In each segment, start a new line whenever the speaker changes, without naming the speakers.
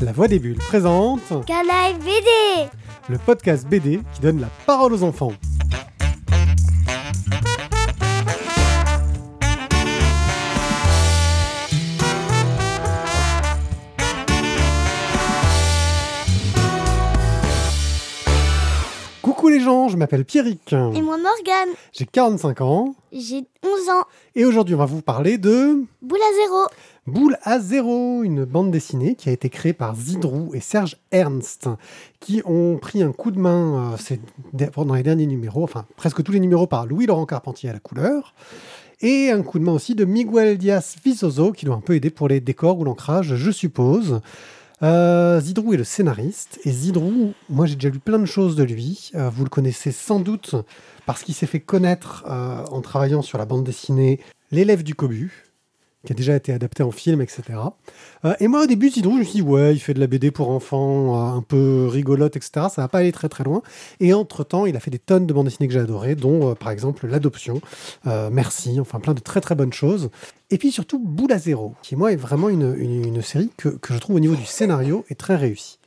La Voix des Bulles présente
Canaille BD
le podcast BD qui donne la parole aux enfants. Coucou les gens, je m'appelle Pierrick,
Et moi Morgane,
j'ai 45 ans
j'ai 11 ans,
et aujourd'hui on va vous parler de
boule à zéro.
Boule à zéro, une bande dessinée qui a été créée par Zidrou et Serge Ernst, qui ont pris un coup de main euh, ces- pendant les derniers numéros, enfin presque tous les numéros par Louis-Laurent Carpentier à la couleur, et un coup de main aussi de Miguel Diaz Vizoso, qui l'a un peu aidé pour les décors ou l'ancrage, je suppose. Euh, Zidrou est le scénariste, et Zidrou, moi j'ai déjà lu plein de choses de lui, Euh, vous le connaissez sans doute parce qu'il s'est fait connaître euh, en travaillant sur la bande dessinée L'élève du cobu, qui a déjà été adapté en film, etc. Euh, et moi, au début, Zidrou, je me suis dit, ouais, il fait de la BD pour enfants, euh, un peu rigolote, etc. Ça va pas aller très très loin. Et entre-temps, il a fait des tonnes de bandes dessinées que j'ai adorées, dont, euh, par exemple, L'Adoption, euh, Merci, enfin plein de très très bonnes choses. Et puis surtout, Boule à zéro, qui, moi, est vraiment une, une- une série que, que je trouve au niveau du scénario est très réussie.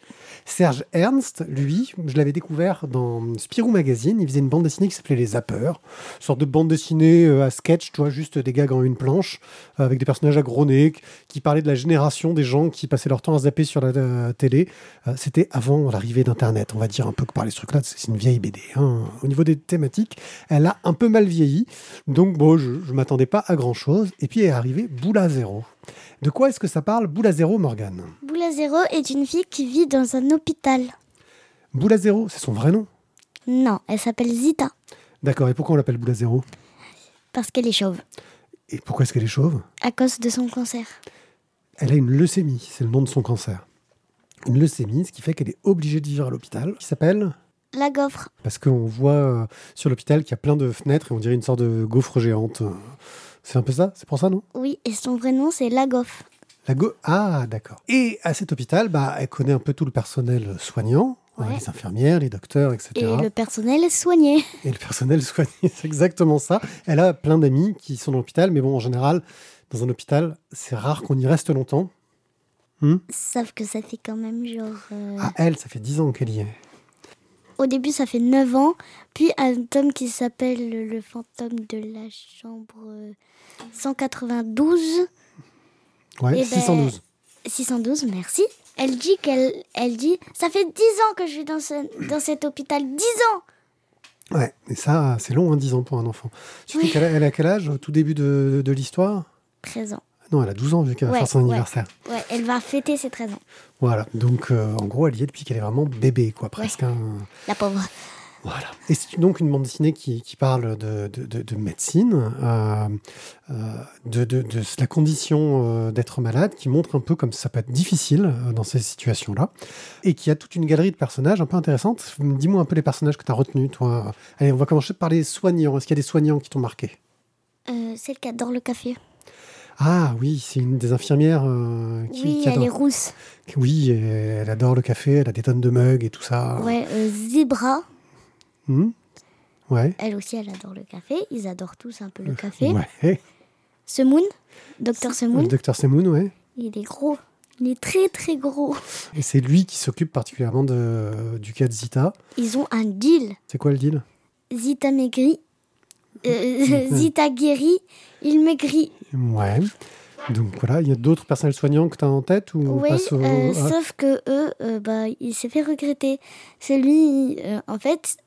Serge Ernst, lui, je l'avais découvert dans Spirou Magazine. Il faisait une bande dessinée qui s'appelait Les Zappeurs, sorte de bande dessinée euh, à sketch, tu vois, juste des gags en une planche, euh, avec des personnages à gros nez, qui parlaient de la génération des gens qui passaient leur temps à zapper sur la euh, télé. Euh, C'était avant l'arrivée d'Internet, on va dire un peu que par les trucs-là, c'est une vieille BD. hein. Au niveau des thématiques, elle a un peu mal vieilli, donc bon, je ne m'attendais pas à grand-chose. Et puis est arrivé Boule à zéro. De quoi est-ce que ça parle, Boule à zéro, Morgane
Boule à zéro est une fille qui vit dans un hôpital.
Boule à zéro, c'est son vrai nom
Non, elle s'appelle Zita,
D'accord, et pourquoi on l'appelle Boule à zéro
parce qu'elle est chauve,
Et pourquoi est-ce qu'elle est chauve
à cause de son cancer.
Elle a une leucémie, c'est le nom de son cancer. Une leucémie, ce qui fait qu'elle est obligée de vivre à l'hôpital, qui s'appelle
La gaufre,
Parce qu'on voit euh, sur l'hôpital qu'il y a plein de fenêtres et on dirait une sorte de gaufre géante. Euh, C'est un peu ça C'est pour ça, non
oui, et son vrai nom c'est La gaufre.
La go Ah, d'accord. Et à cet hôpital, bah, elle connaît un peu tout le personnel soignant, hein,
Ouais.
les infirmières, les docteurs, etc.
Et le personnel est soigné.
Et le personnel soigné, c'est exactement ça. Elle a plein d'amis qui sont dans l'hôpital, mais bon, en général, dans un hôpital, c'est rare qu'on y reste longtemps.
Sauf que ça fait quand même genre. euh,
À Ah, elle, ça fait 10 ans qu'elle y est.
Au début ça fait 9 ans, puis un tome qui s'appelle le- Le fantôme de la chambre euh, 192.
Ouais, Ah
Eh ben,
612.
612, merci. Elle dit qu'elle elle dit ça fait 10 ans que je suis dans ce dans cet hôpital 10 ans.
Ouais, et ça, c'est long, hein, 10 ans pour un enfant. Surtout
Oui.
qu'elle a, elle a quel âge au tout début de, de l'histoire
13 ans.
Non, elle a 12 ans vu qu'elle va
Ouais,
faire son
ouais.
anniversaire.
Ouais, elle va fêter ses 13 ans.
Voilà, donc euh, en gros, elle y est depuis qu'elle est vraiment bébé, quoi, presque. hein.
La pauvre.
Voilà. Et c'est donc une bande dessinée qui, qui parle de, de- de- de médecine, euh, euh, de, de- de la condition euh, d'être malade, qui montre un peu comme ça peut être difficile euh, dans ces situations-là, et qui a toute une galerie de personnages un peu intéressantes. Dis-moi un peu les personnages que tu as retenus, toi. Allez, on va commencer par les soignants. Est-ce qu'il y a des soignants qui t'ont marqué
Euh, celle qui adore le café.
Ah oui, c'est une des infirmières euh, qui,
oui,
qui
elle
adore.
est rousse.
Oui, euh, elle adore le café, elle a des tonnes de mugs et tout ça.
Ouais, euh, Zebra,
Hmm ouais.
elle aussi elle adore le café. Ils adorent tous un peu le café.
Ouais.
Semoun, docteur Semoun,
Le docteur Semoun, ouais.
il est gros. Il est très très gros.
Et c'est lui qui s'occupe particulièrement de, du cas de Zita.
Ils ont un deal.
C'est quoi le deal
Zita maigrit. Euh, Zita guérit, il maigrit.
Ouais. Donc voilà, il y a d'autres personnels soignants que tu as en tête ou on
Oui,
passe au-
euh,
ah,
sauf que eux, euh, bah, il s'est fait regretter. C'est lui, euh, en fait,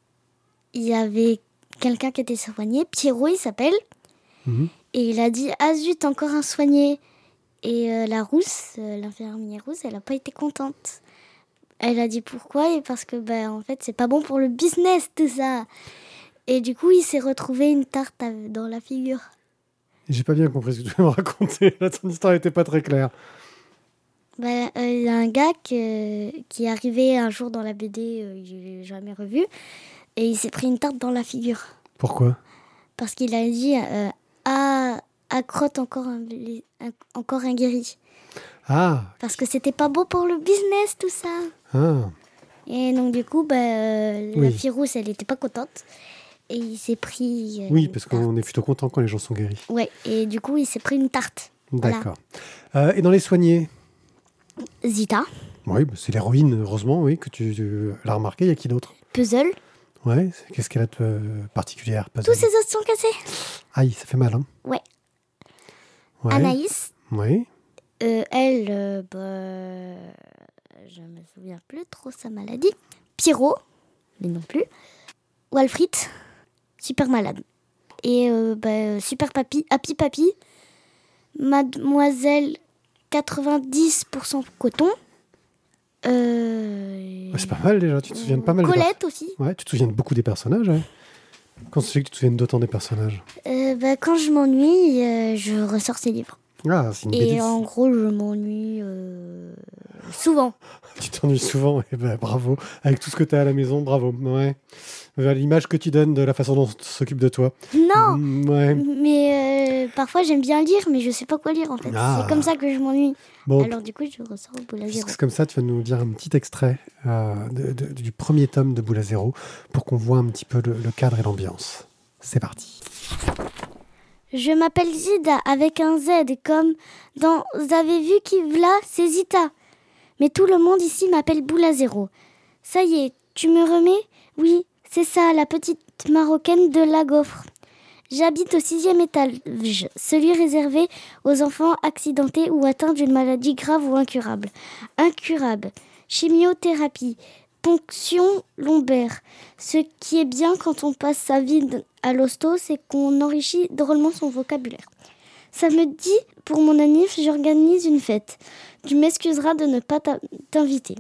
il y avait quelqu'un qui était soigné, Pierrot il s'appelle,
mhm.
et il a dit Ah zut, encore un soigné Et euh, la rousse, euh, l'infirmière rousse, elle n'a pas été contente. Elle a dit pourquoi Et parce que, bah, en fait, c'est pas bon pour le business tout ça. Et du coup, il s'est retrouvé une tarte à- dans la figure.
J'ai pas bien compris ce que tu voulais me raconter. Là, ton histoire n'était pas très claire.
Bah, euh, Il y a un gars que- qui est arrivé un jour dans la BD, euh, je l'ai jamais revu, et il s'est pris une tarte dans la figure.
Pourquoi
Parce qu'il a dit euh, Ah, accrotte encore un, blé- un- encore un guéri.
Ah,
Parce que c'était pas beau pour le business, tout ça.
ah,
Et donc, du coup, bah, euh, la
Oui.
fille rousse, elle était pas contente. Et il s'est pris. euh,
oui,
une
parce
tarte.
qu'on est plutôt content quand les gens sont guéris.
Ouais, et du coup, il s'est pris une tarte. Voilà.
D'accord. Euh, et dans les soignés
Zita,
Oui, bah, c'est l'héroïne, heureusement, oui, que tu, tu l'as remarqué. Il y a qui d'autre
Puzzle.
Ouais, c'est- qu'est-ce qu'elle a de euh, particulière
Tous
puzzle
ses os sont cassés.
Aïe, ça fait mal, hein
Ouais.
Ouais.
Anaïs,
Ouais.
euh, elle, euh, bah, je me souviens plus trop sa maladie. Pierrot, mais non plus. Walfrit, super malade. Et euh, bah, super papy, happy papy. Mademoiselle 90% coton. Euh,
Ouais, C'est pas mal déjà, tu te souviens de pas mal. des pers-
Colette aussi.
Ouais, tu te souviens de beaucoup des personnages. Ouais. Quand c'est que tu te souviens d'autant des personnages
Euh, bah, quand je m'ennuie, euh, je ressors ses livres.
Ah, c'est une
Et
BD.
en gros, je m'ennuie euh, souvent.
Tu t'ennuies souvent, et ben, bravo. Avec tout ce que tu as à la maison, bravo. Ouais. Vers L'image que tu donnes de la façon dont on s'occupe de toi.
Non
Mm, ouais.
Mais euh, parfois j'aime bien lire, mais je sais pas quoi lire en fait.
Ah.
C'est comme ça que je m'ennuie.
Bon,
Alors du coup, je ressors au bout à
puisque
zéro.
c'est comme ça, tu vas nous dire un petit extrait euh, de- de- du premier tome de Boule à Zéro pour qu'on voit un petit peu le, le cadre et l'ambiance. C'est parti.
Je m'appelle Zida avec un Z comme dans Vous avez vu qui v'là, c'est Zita. Mais tout le monde ici m'appelle Boule à zéro. Ça y est, tu me remets Oui, c'est ça, la petite marocaine de la gaufre. J'habite au sixième étage, celui réservé aux enfants accidentés ou atteints d'une maladie grave ou incurable. Incurable, chimiothérapie, ponction lombaire. Ce qui est bien quand on passe sa vie d- à l'hosto, c'est qu'on enrichit drôlement son vocabulaire. Samedi, pour mon anniversaire, j'organise une fête. Tu m'excuseras de ne pas t'a- t'inviter.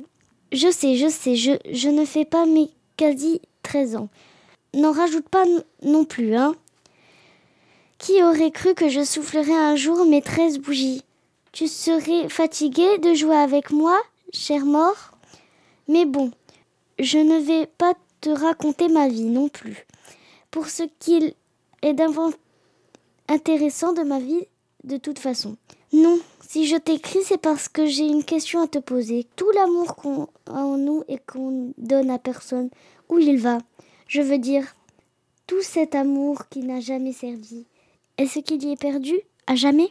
Je sais, je sais, je, je ne fais pas mes quasi 13 ans. N'en rajoute pas n- non plus, hein. Qui aurait cru que je soufflerais un jour mes 13 bougies Tu serais fatigué de jouer avec moi, cher mort Mais bon, je ne vais pas te raconter ma vie non plus. Pour ce qu'il est d'invent- intéressant de ma vie, de toute façon. Non, si je t'écris, c'est parce que j'ai une question à te poser. Tout l'amour qu'on a en nous et qu'on donne à personne, où il va Je veux dire, tout cet amour qui n'a jamais servi, est-ce qu'il y est perdu À jamais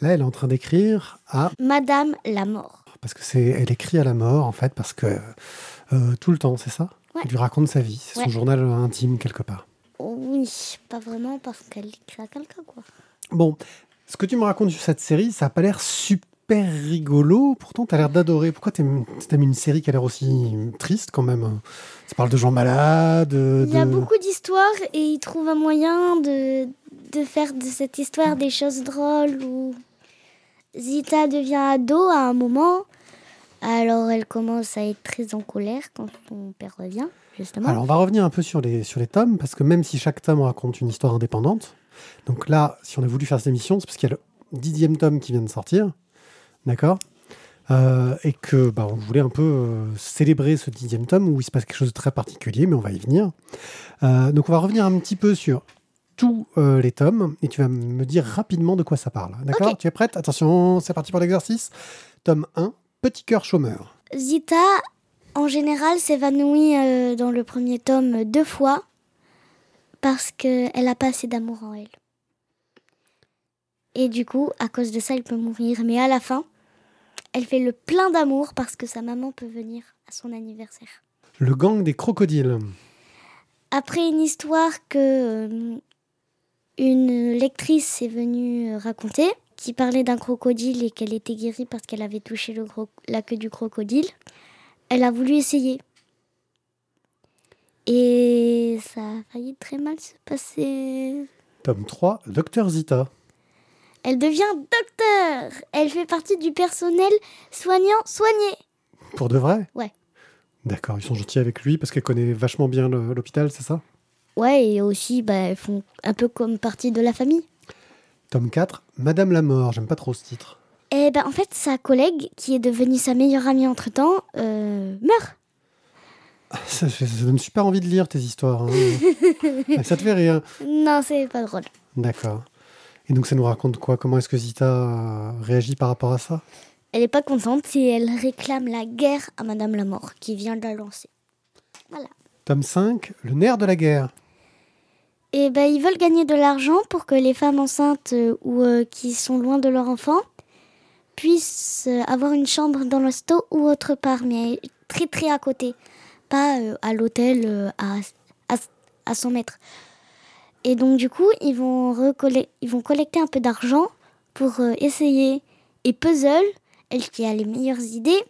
Là, elle est en train d'écrire à
Madame la mort.
Parce que c'est, elle écrit à la mort en fait, parce que euh, tout le temps, c'est ça.
Ouais.
Elle lui raconte sa vie, c'est son
Ouais.
journal intime quelque part.
Oh Oui, pas vraiment parce qu'elle écrit à quelqu'un, quoi.
Bon, ce que tu me racontes sur cette série, ça a pas l'air super rigolo. Pourtant, t'as l'air d'adorer. Pourquoi t'aimes, t'aimes une série qui a l'air aussi triste quand même Ça parle de gens malades. De...
Il y a beaucoup d'histoires et il trouve un moyen de, de faire de cette histoire des choses drôles où Zita devient ado à un moment. Alors elle commence à être très en colère quand son père revient, justement.
Alors, on va revenir un peu sur les, sur les tomes, parce que même si chaque tome raconte une histoire indépendante, donc là, si on a voulu faire cette émission, c'est parce qu'il y a le dixième tome qui vient de sortir, d'accord Euh, Et que bah, on voulait un peu euh, célébrer ce dixième tome où il se passe quelque chose de très particulier, mais on va y venir. Euh, donc, on va revenir un petit peu sur tous euh, les tomes, et tu vas me dire rapidement de quoi ça parle, d'accord
Ok.
Tu es prête Attention, c'est parti pour l'exercice. Tome 1, Petit cœur chômeur.
Zita, en général, s'évanouit euh, dans le premier tome deux fois parce qu'elle a pas assez d'amour en elle. Et du coup, à cause de ça, elle peut mourir. Mais à la fin, elle fait le plein d'amour parce que sa maman peut venir à son anniversaire.
Le gang des crocodiles.
Après une histoire que euh, une lectrice est venue euh, raconter, qui parlait d'un crocodile et qu'elle était guérie parce qu'elle avait touché le gro- la queue du crocodile, elle a voulu essayer. Et ça a failli très mal se passer.
Tome 3, Docteur Zita.
Elle devient docteur Elle fait partie du personnel soignant-soigné
Pour de vrai
Ouais.
D'accord, ils sont gentils avec lui parce qu'elle connaît vachement bien le- l'hôpital, c'est ça
Ouais, et aussi, bah, elles font un peu comme partie de la famille.
Tome 4, Madame la mort, j'aime pas trop ce titre.
Eh ben, en fait, sa collègue, qui est devenue sa meilleure amie entre temps, meurt.
Ça, ça- ça donne super envie de lire tes histoires. hein. Ouais, ça te fait rire.
Non, c'est pas drôle.
D'accord. Et donc ça nous raconte quoi Comment est-ce que Zita euh, réagit par rapport à ça
Elle est pas contente et elle réclame la guerre à Madame la Mort, qui vient de la lancer.
Tome 5, Le nerf de la guerre.
Et ben, ils veulent gagner de l'argent pour que les femmes enceintes euh, ou euh, qui sont loin de leur enfant puisse euh, avoir une chambre dans l'hosto ou autre part, mais très très à côté, pas euh, à l'hôtel euh, à, à, à 100 mètres. Et donc du coup, ils vont, recolle- ils vont collecter un peu d'argent pour euh, essayer. Et Puzzle, elle qui a les meilleures idées,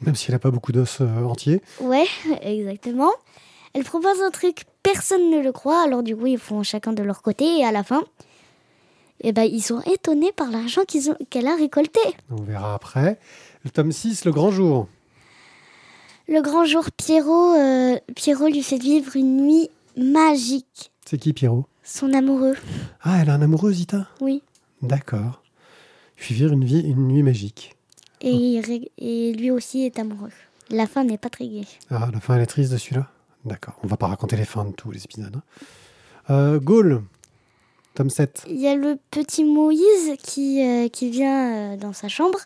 Même si elle n'a pas beaucoup d'os euh, entiers.
Ouais, exactement. Elle propose un truc, personne ne le croit, alors du coup ils font chacun de leur côté et à la fin, eh ben, ils sont étonnés par l'argent qu'ils ont- qu'elle a récolté.
On verra après. Le tome 6, Le Grand Jour.
Le grand jour, Pierrot, euh, Pierrot lui fait vivre une nuit magique.
C'est qui, Pierrot
Son amoureux,
Ah, elle a un amoureux, Zita
oui.
D'accord. Il fait vivre une, vie, une nuit magique.
Et, il ré- et lui aussi est amoureux. La fin n'est pas très gaie.
Ah, la fin, elle est triste de celui-là D'accord. On va pas raconter les fins de tous les épisodes. hein. Euh, Gaulle, tome 7.
Il y a le petit Moïse qui, euh, qui vient euh, dans sa chambre.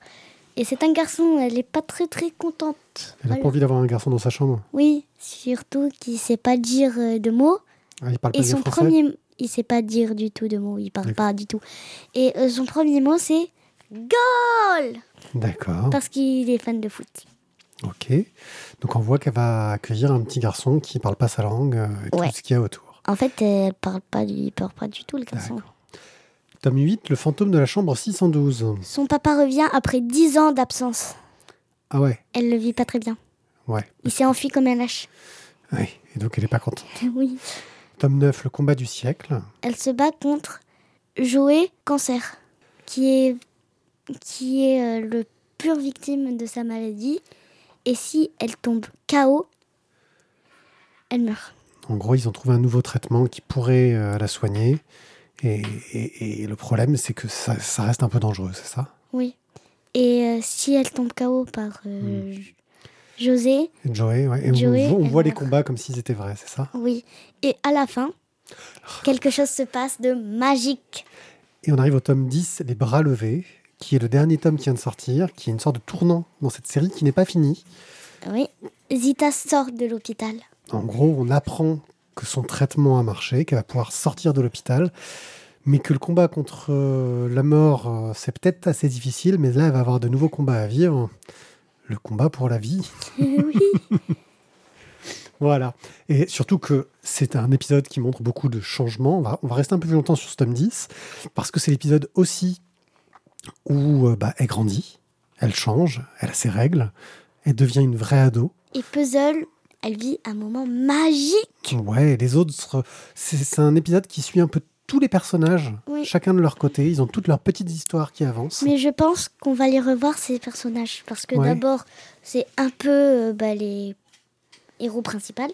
Et c'est un garçon, elle n'est pas très très contente.
Elle a
Voilà.
pas envie d'avoir un garçon dans sa chambre.
Oui, surtout qu'il sait pas dire euh, de mots.
Ah, il parle pas
Et
bien
son
français.
premier, il sait pas dire du tout de mots. Il parle
D'accord.
pas du tout. Et euh, son premier mot c'est goal
D'accord.
parce qu'il est fan de foot.
Ok. Donc on voit qu'elle va accueillir un petit garçon qui parle pas sa langue euh, et
Ouais.
tout ce qu'il y a autour.
En fait, euh, elle parle pas, du- il parle pas du tout le garçon.
D'accord. Tome 8, Le fantôme de la chambre 612.
Son papa revient après 10 ans d'absence.
Ah ouais,
Elle le vit pas très bien.
ouais.
Il s'est enfui comme un lâche.
Oui, et donc elle est pas contente.
oui.
Tome 9, le combat du siècle.
Elle se bat contre Joey Cancer, qui est, qui est euh, le pur victime de sa maladie. Et si elle tombe KO, elle meurt.
En gros, ils ont trouvé un nouveau traitement qui pourrait euh, la soigner. Et, et- et le problème, c'est que ça, ça reste un peu dangereux, c'est ça
Oui. Et euh, si elle tombe KO par euh, J- José,
Et Joey, ouais. Et on
Joey,
voit- on,
elle
voit les
meurt.
combats comme s'ils étaient vrais, c'est ça
oui. Et à la fin, quelque chose se passe de magique.
Et on arrive au tome 10, Les bras levés, qui est le dernier tome qui vient de sortir, qui est une sorte de tournant dans cette série qui n'est pas finie.
Oui. Zita sort de l'hôpital.
En gros, on apprend que son traitement a marché, qu'elle va pouvoir sortir de l'hôpital, mais que le combat contre euh, la mort, euh, c'est peut-être assez difficile, mais là, elle va avoir de nouveaux combats à vivre. Le combat pour la vie.
oui.
Voilà. Et surtout que c'est un épisode qui montre beaucoup de changements. On va, on va rester un peu plus longtemps sur ce tome 10, parce que c'est l'épisode aussi où euh, bah, elle grandit, elle change, elle a ses règles, elle devient une vraie ado.
Et Puzzle, elle vit un moment magique.
Ouais, et les autres, se- c'est c'est un épisode qui suit un peu tous les personnages,
Oui.
chacun de leur côté. Ils ont toutes leurs petites histoires qui avancent.
Mais je pense qu'on va les revoir, ces personnages. Parce que
Ouais.
d'abord, c'est un peu euh, bah, les héros principaux.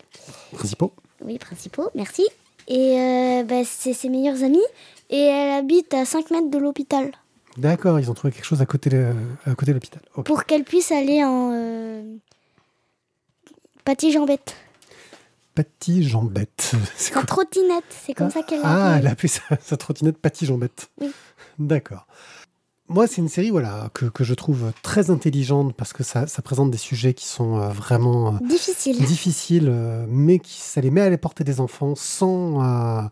Principaux.
Oui, principaux, merci. Et euh, bah, c'est ses meilleurs amis. Et elle habite à 5 mètres de l'hôpital.
D'accord, ils ont trouvé quelque chose à côté de, à côté de l'hôpital. Oh, Ok.
Pour qu'elle puisse aller en. euh, Pâté jambette.
Patty Jambette. C'est
En trottinette, c'est comme ça qu'elle
Ah, elle
l'appelle.
a appelé sa, sa trottinette Patty Jambette.
Oui.
D'accord. Moi, c'est une série voilà, que, que je trouve très intelligente parce que ça, ça présente des sujets qui sont euh, vraiment euh,
Difficile.
difficile, euh, mais qui, ça les met à la portée des enfants sans euh,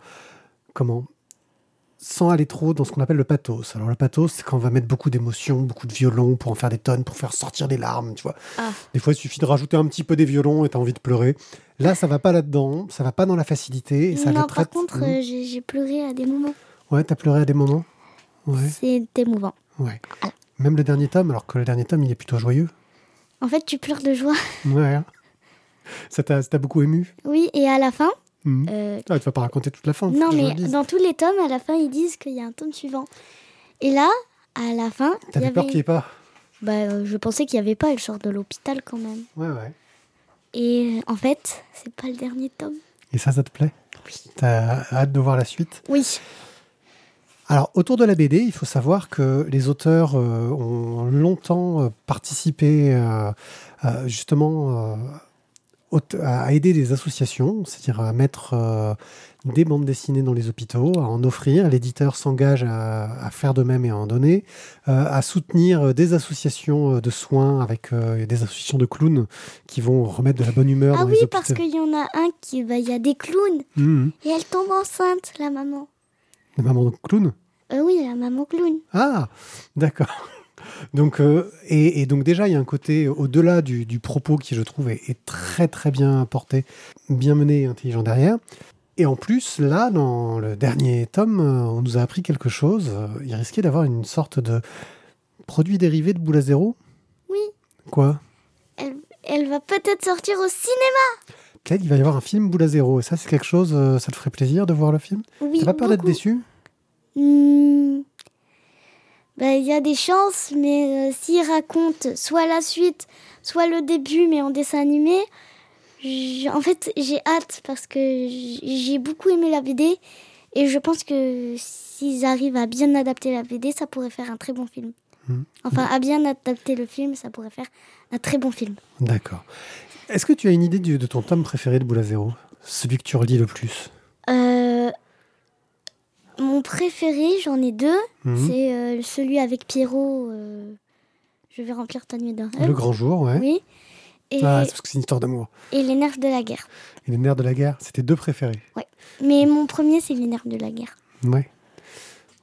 comment sans aller trop dans ce qu'on appelle le pathos. Alors le pathos, c'est quand on va mettre beaucoup d'émotions, beaucoup de violons pour en faire des tonnes, pour faire sortir des larmes, tu vois.
Ah.
Des fois, il suffit de rajouter un petit peu des violons et t'as envie de pleurer. Là, ça va pas là-dedans, ça va pas dans la facilité et ça le
non, par
traite-
contre,
Mhm.
euh, j'ai j'ai pleuré à des moments.
Ouais, t'as pleuré à des moments. Ouais,
C'est émouvant.
ouais.
Ah.
Même le dernier tome, alors que le dernier tome, il est plutôt joyeux.
En fait, tu pleures de joie.
Ouais. Ça t'a ça t'a beaucoup ému.
Oui, et à la fin,
Mhm.
euh,
Ah, tu vas pas raconter toute la fin. faut
Non,
que je
mais
le dise.
dans tous les tomes, à la fin, ils disent qu'il y a un tome suivant. Et là, à la fin, il y
T'avais peur
avait-
qu'il n'y ait pas
bah, euh, je pensais qu'il n'y avait pas, elle sort de l'hôpital quand même.
Ouais, ouais.
Et euh, en fait, c'est pas le dernier tome.
Et ça, ça te plaît
Oui.
T'as hâte de voir la suite
Oui.
Alors, autour de la BD, il faut savoir que les auteurs euh, ont longtemps euh, participé euh, euh, justement euh, aut- à aider des associations, c'est-à-dire à mettre euh, des bandes dessinées dans les hôpitaux, à en offrir. L'éditeur s'engage à, à faire de même et à en donner, euh, à soutenir des associations euh, de soins avec euh, des associations de clowns qui vont remettre de la bonne humeur
Ah
dans les
oui,
hôpitaux.
parce qu'il y en a un qui. Bah, il y a des clowns.
Mhm.
Et elle tombe enceinte, la maman.
La maman de clown
Euh, oui, la maman clown.
Ah, d'accord. Donc, euh, et, et donc déjà, il y a un côté au-delà du, du propos qui, je trouve, est, est très très bien porté, bien mené et intelligent derrière. Et en plus, là, dans le dernier tome, euh, on nous a appris quelque chose. Euh, Il risquait d'avoir une sorte de produit dérivé de Boule à Zéro.
Oui.
Quoi
Elle, elle va peut-être sortir au cinéma.
Peut-être il va y avoir un film Boule à Zéro. Et ça, c'est quelque chose, euh, ça te ferait plaisir de voir le film
Oui,
T'as pas peur d'être
beaucoup.
déçu
Hmm. Bah, il y a des chances, mais euh, s'il raconte soit la suite, soit le début, mais en dessin animé, j- en fait, j'ai hâte parce que j- j'ai beaucoup aimé la BD et je pense que s'ils arrivent à bien adapter la BD, ça pourrait faire un très bon film.
Hmm.
Enfin, à bien adapter le film, ça pourrait faire un très bon film.
D'accord. Est-ce que tu as une idée du- de ton tome préféré de Boule à Zéro Celui que tu relis le plus
Euh, mon préféré, j'en ai deux.
Mhm.
C'est euh, celui avec Pierrot. euh, je vais remplir ta nuit d'un rêve.
Le grand jour, ouais.
Oui. Et,
Ah, c'est parce que c'est une histoire d'amour.
et les nerfs de la guerre.
Et les nerfs de la guerre, c'était deux préférés.
Mais mon premier, c'est les nerfs de la guerre.
Ouais.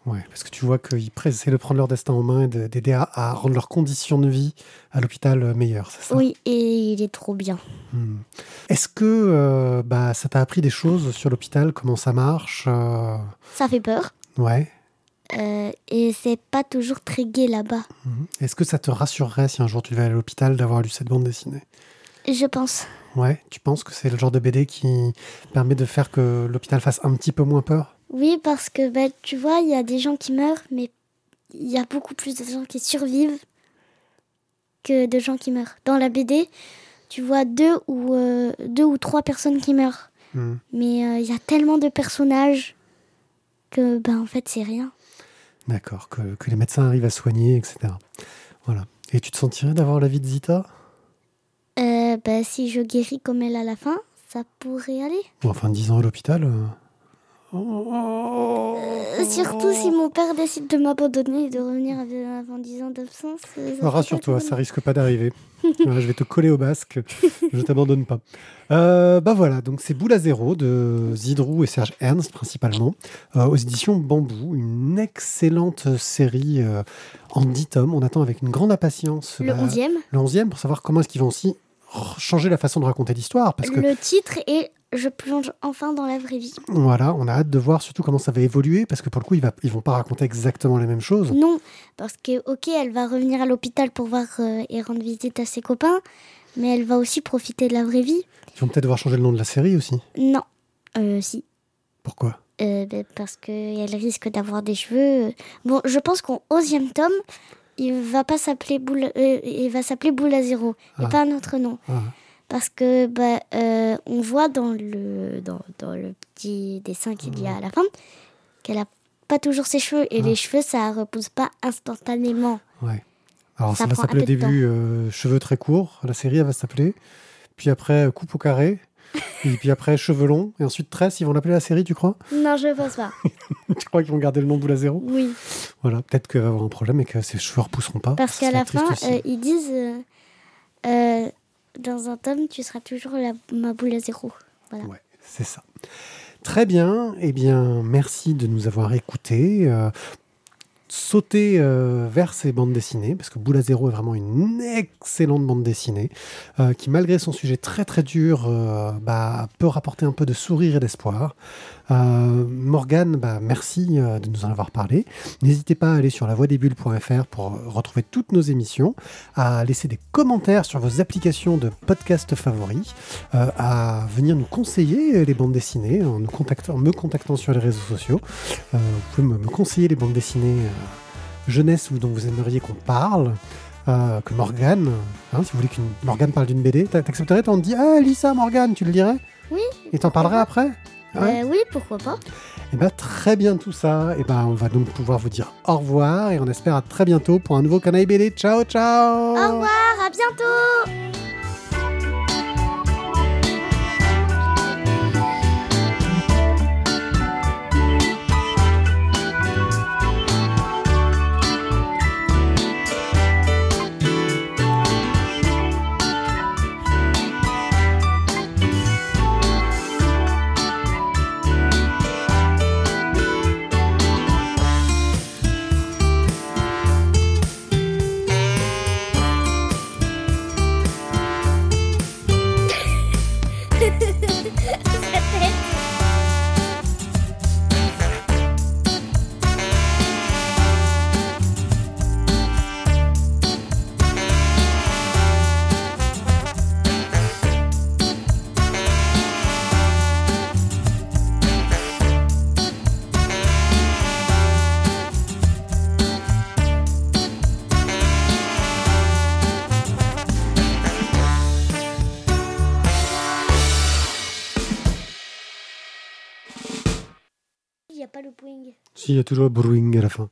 Ouais, parce que tu vois qu'ils pr- essaient de prendre leur destin en main et de- d'aider à, à rendre leurs conditions de vie à l'hôpital euh, meilleures, c'est ça
Oui, et il est trop bien.
Hmm. Est-ce que euh, bah, ça t'a appris des choses sur l'hôpital, comment ça marche euh,
Ça fait peur.
Ouais.
euh, et c'est pas toujours très gai là-bas.
Mhm. Est-ce que ça te rassurerait si un jour tu devais aller à l'hôpital d'avoir lu cette bande dessinée
Je pense.
Ouais, tu penses que c'est le genre de BD qui permet de faire que l'hôpital fasse un petit peu moins peur
Oui, parce que bah, tu vois, il y a des gens qui meurent, mais il y a beaucoup plus de gens qui survivent que de gens qui meurent. Dans la BD, tu vois deux ou, euh, deux ou trois personnes qui meurent.
Hmm.
Mais euh, il y a tellement de personnages que, bah, en fait, c'est rien.
D'accord, que, que les médecins arrivent à soigner, etc. Voilà. Et tu te sentirais d'avoir la vie de Zita
Euh, bah, si je guéris comme elle à la fin, ça pourrait aller.
Ou enfin 10 ans à l'hôpital euh. Oh.
Euh, surtout si mon père décide de m'abandonner et de revenir avec- avant 10 ans d'absence. euh, ça serait pas
Rassure-toi,
trop
ça risque pas d'arriver. Voilà, je vais te coller au basque, je t'abandonne pas. Euh, bah voilà, donc c'est Boule à zéro de Zidrou et Serge Ernst principalement, euh, aux éditions Bambou, une excellente série euh, en 10 tomes. On attend avec une grande impatience
mal. Le
bah,
onzième.
le 11e pour savoir comment est-ce qu'ils vont aussi r- changer la façon de raconter l'histoire. Parce que
Le titre est Je plonge enfin dans la vraie vie.
voilà, on a hâte de voir surtout comment ça va évoluer, parce que pour le coup, ils, va, ils vont pas raconter exactement les mêmes choses.
Non, parce que, ok, elle va revenir à l'hôpital pour voir euh, et rendre visite à ses copains, mais elle va aussi profiter de la vraie vie.
Ils vont peut-être devoir changer le nom de la série aussi.
Non. Euh, si.
Pourquoi
Euh, ben, parce qu'elle risque d'avoir des cheveux. euh. Bon, je pense qu'au 11e tome, il va pas s'appeler Boule, euh, il va s'appeler Boule à zéro, et
Ah.
pas un autre nom.
Ah.
Parce que bah, euh, on voit dans le, dans, dans le petit dessin qu'il y a à la fin qu'elle a pas toujours ses cheveux et
Ah.
les cheveux ça repousse pas instantanément.
Ouais. Alors ça,
Ça
va
prend un
s'appeler au
peu de
début euh, cheveux très courts, la série elle va s'appeler, puis après euh, coupe au carré, et puis après cheveux longs, et ensuite tresse, ils vont l'appeler la série, tu crois
Non, je pense pas.
Tu crois qu'ils vont garder le nom boule à zéro
Oui,
Voilà, peut-être qu'elle va avoir un problème et que ses cheveux repousseront pas.
parce
Ce
qu'à
serait
la
triste
fin
aussi.
euh, ils disent euh, euh, dans un tome tu seras toujours la, ma boule à zéro.
Ouais, c'est ça. Très bien. Eh bien, merci de nous avoir écoutés. Euh, sautez euh, vers ces bandes dessinées, parce que Boule à Zéro est vraiment une excellente bande dessinée, euh, qui, malgré son sujet très très dur, euh, bah, peut rapporter un peu de sourire et d'espoir. Euh, Morgane, bah, merci euh, de nous en avoir parlé. N'hésitez pas à aller sur lavoidesbulles.fr pour euh, retrouver toutes nos émissions, à laisser des commentaires sur vos applications de podcasts favoris, euh, à venir nous conseiller euh, les bandes dessinées en, nous contactant, en me contactant sur les réseaux sociaux. Euh, vous pouvez me, me conseiller les bandes dessinées euh, jeunesse ou dont vous aimeriez qu'on parle. euh, que Morgane, hein, si vous voulez qu'une Morgane parle d'une BD, t'a- t'accepterais, t'en dis, ah, lis ça, Morgane, tu le dirais
Oui,
Et t'en parlerais après Ah Ouais.
Euh, oui, pourquoi pas.
et bien Eh ben, très bien tout ça. Et ben on va donc pouvoir vous dire au revoir et on espère à très bientôt pour un nouveau Canaille BD. Ciao ciao
Au revoir, à bientôt. a pas le Boeing.
Si, il y a toujours Brewing à la fin.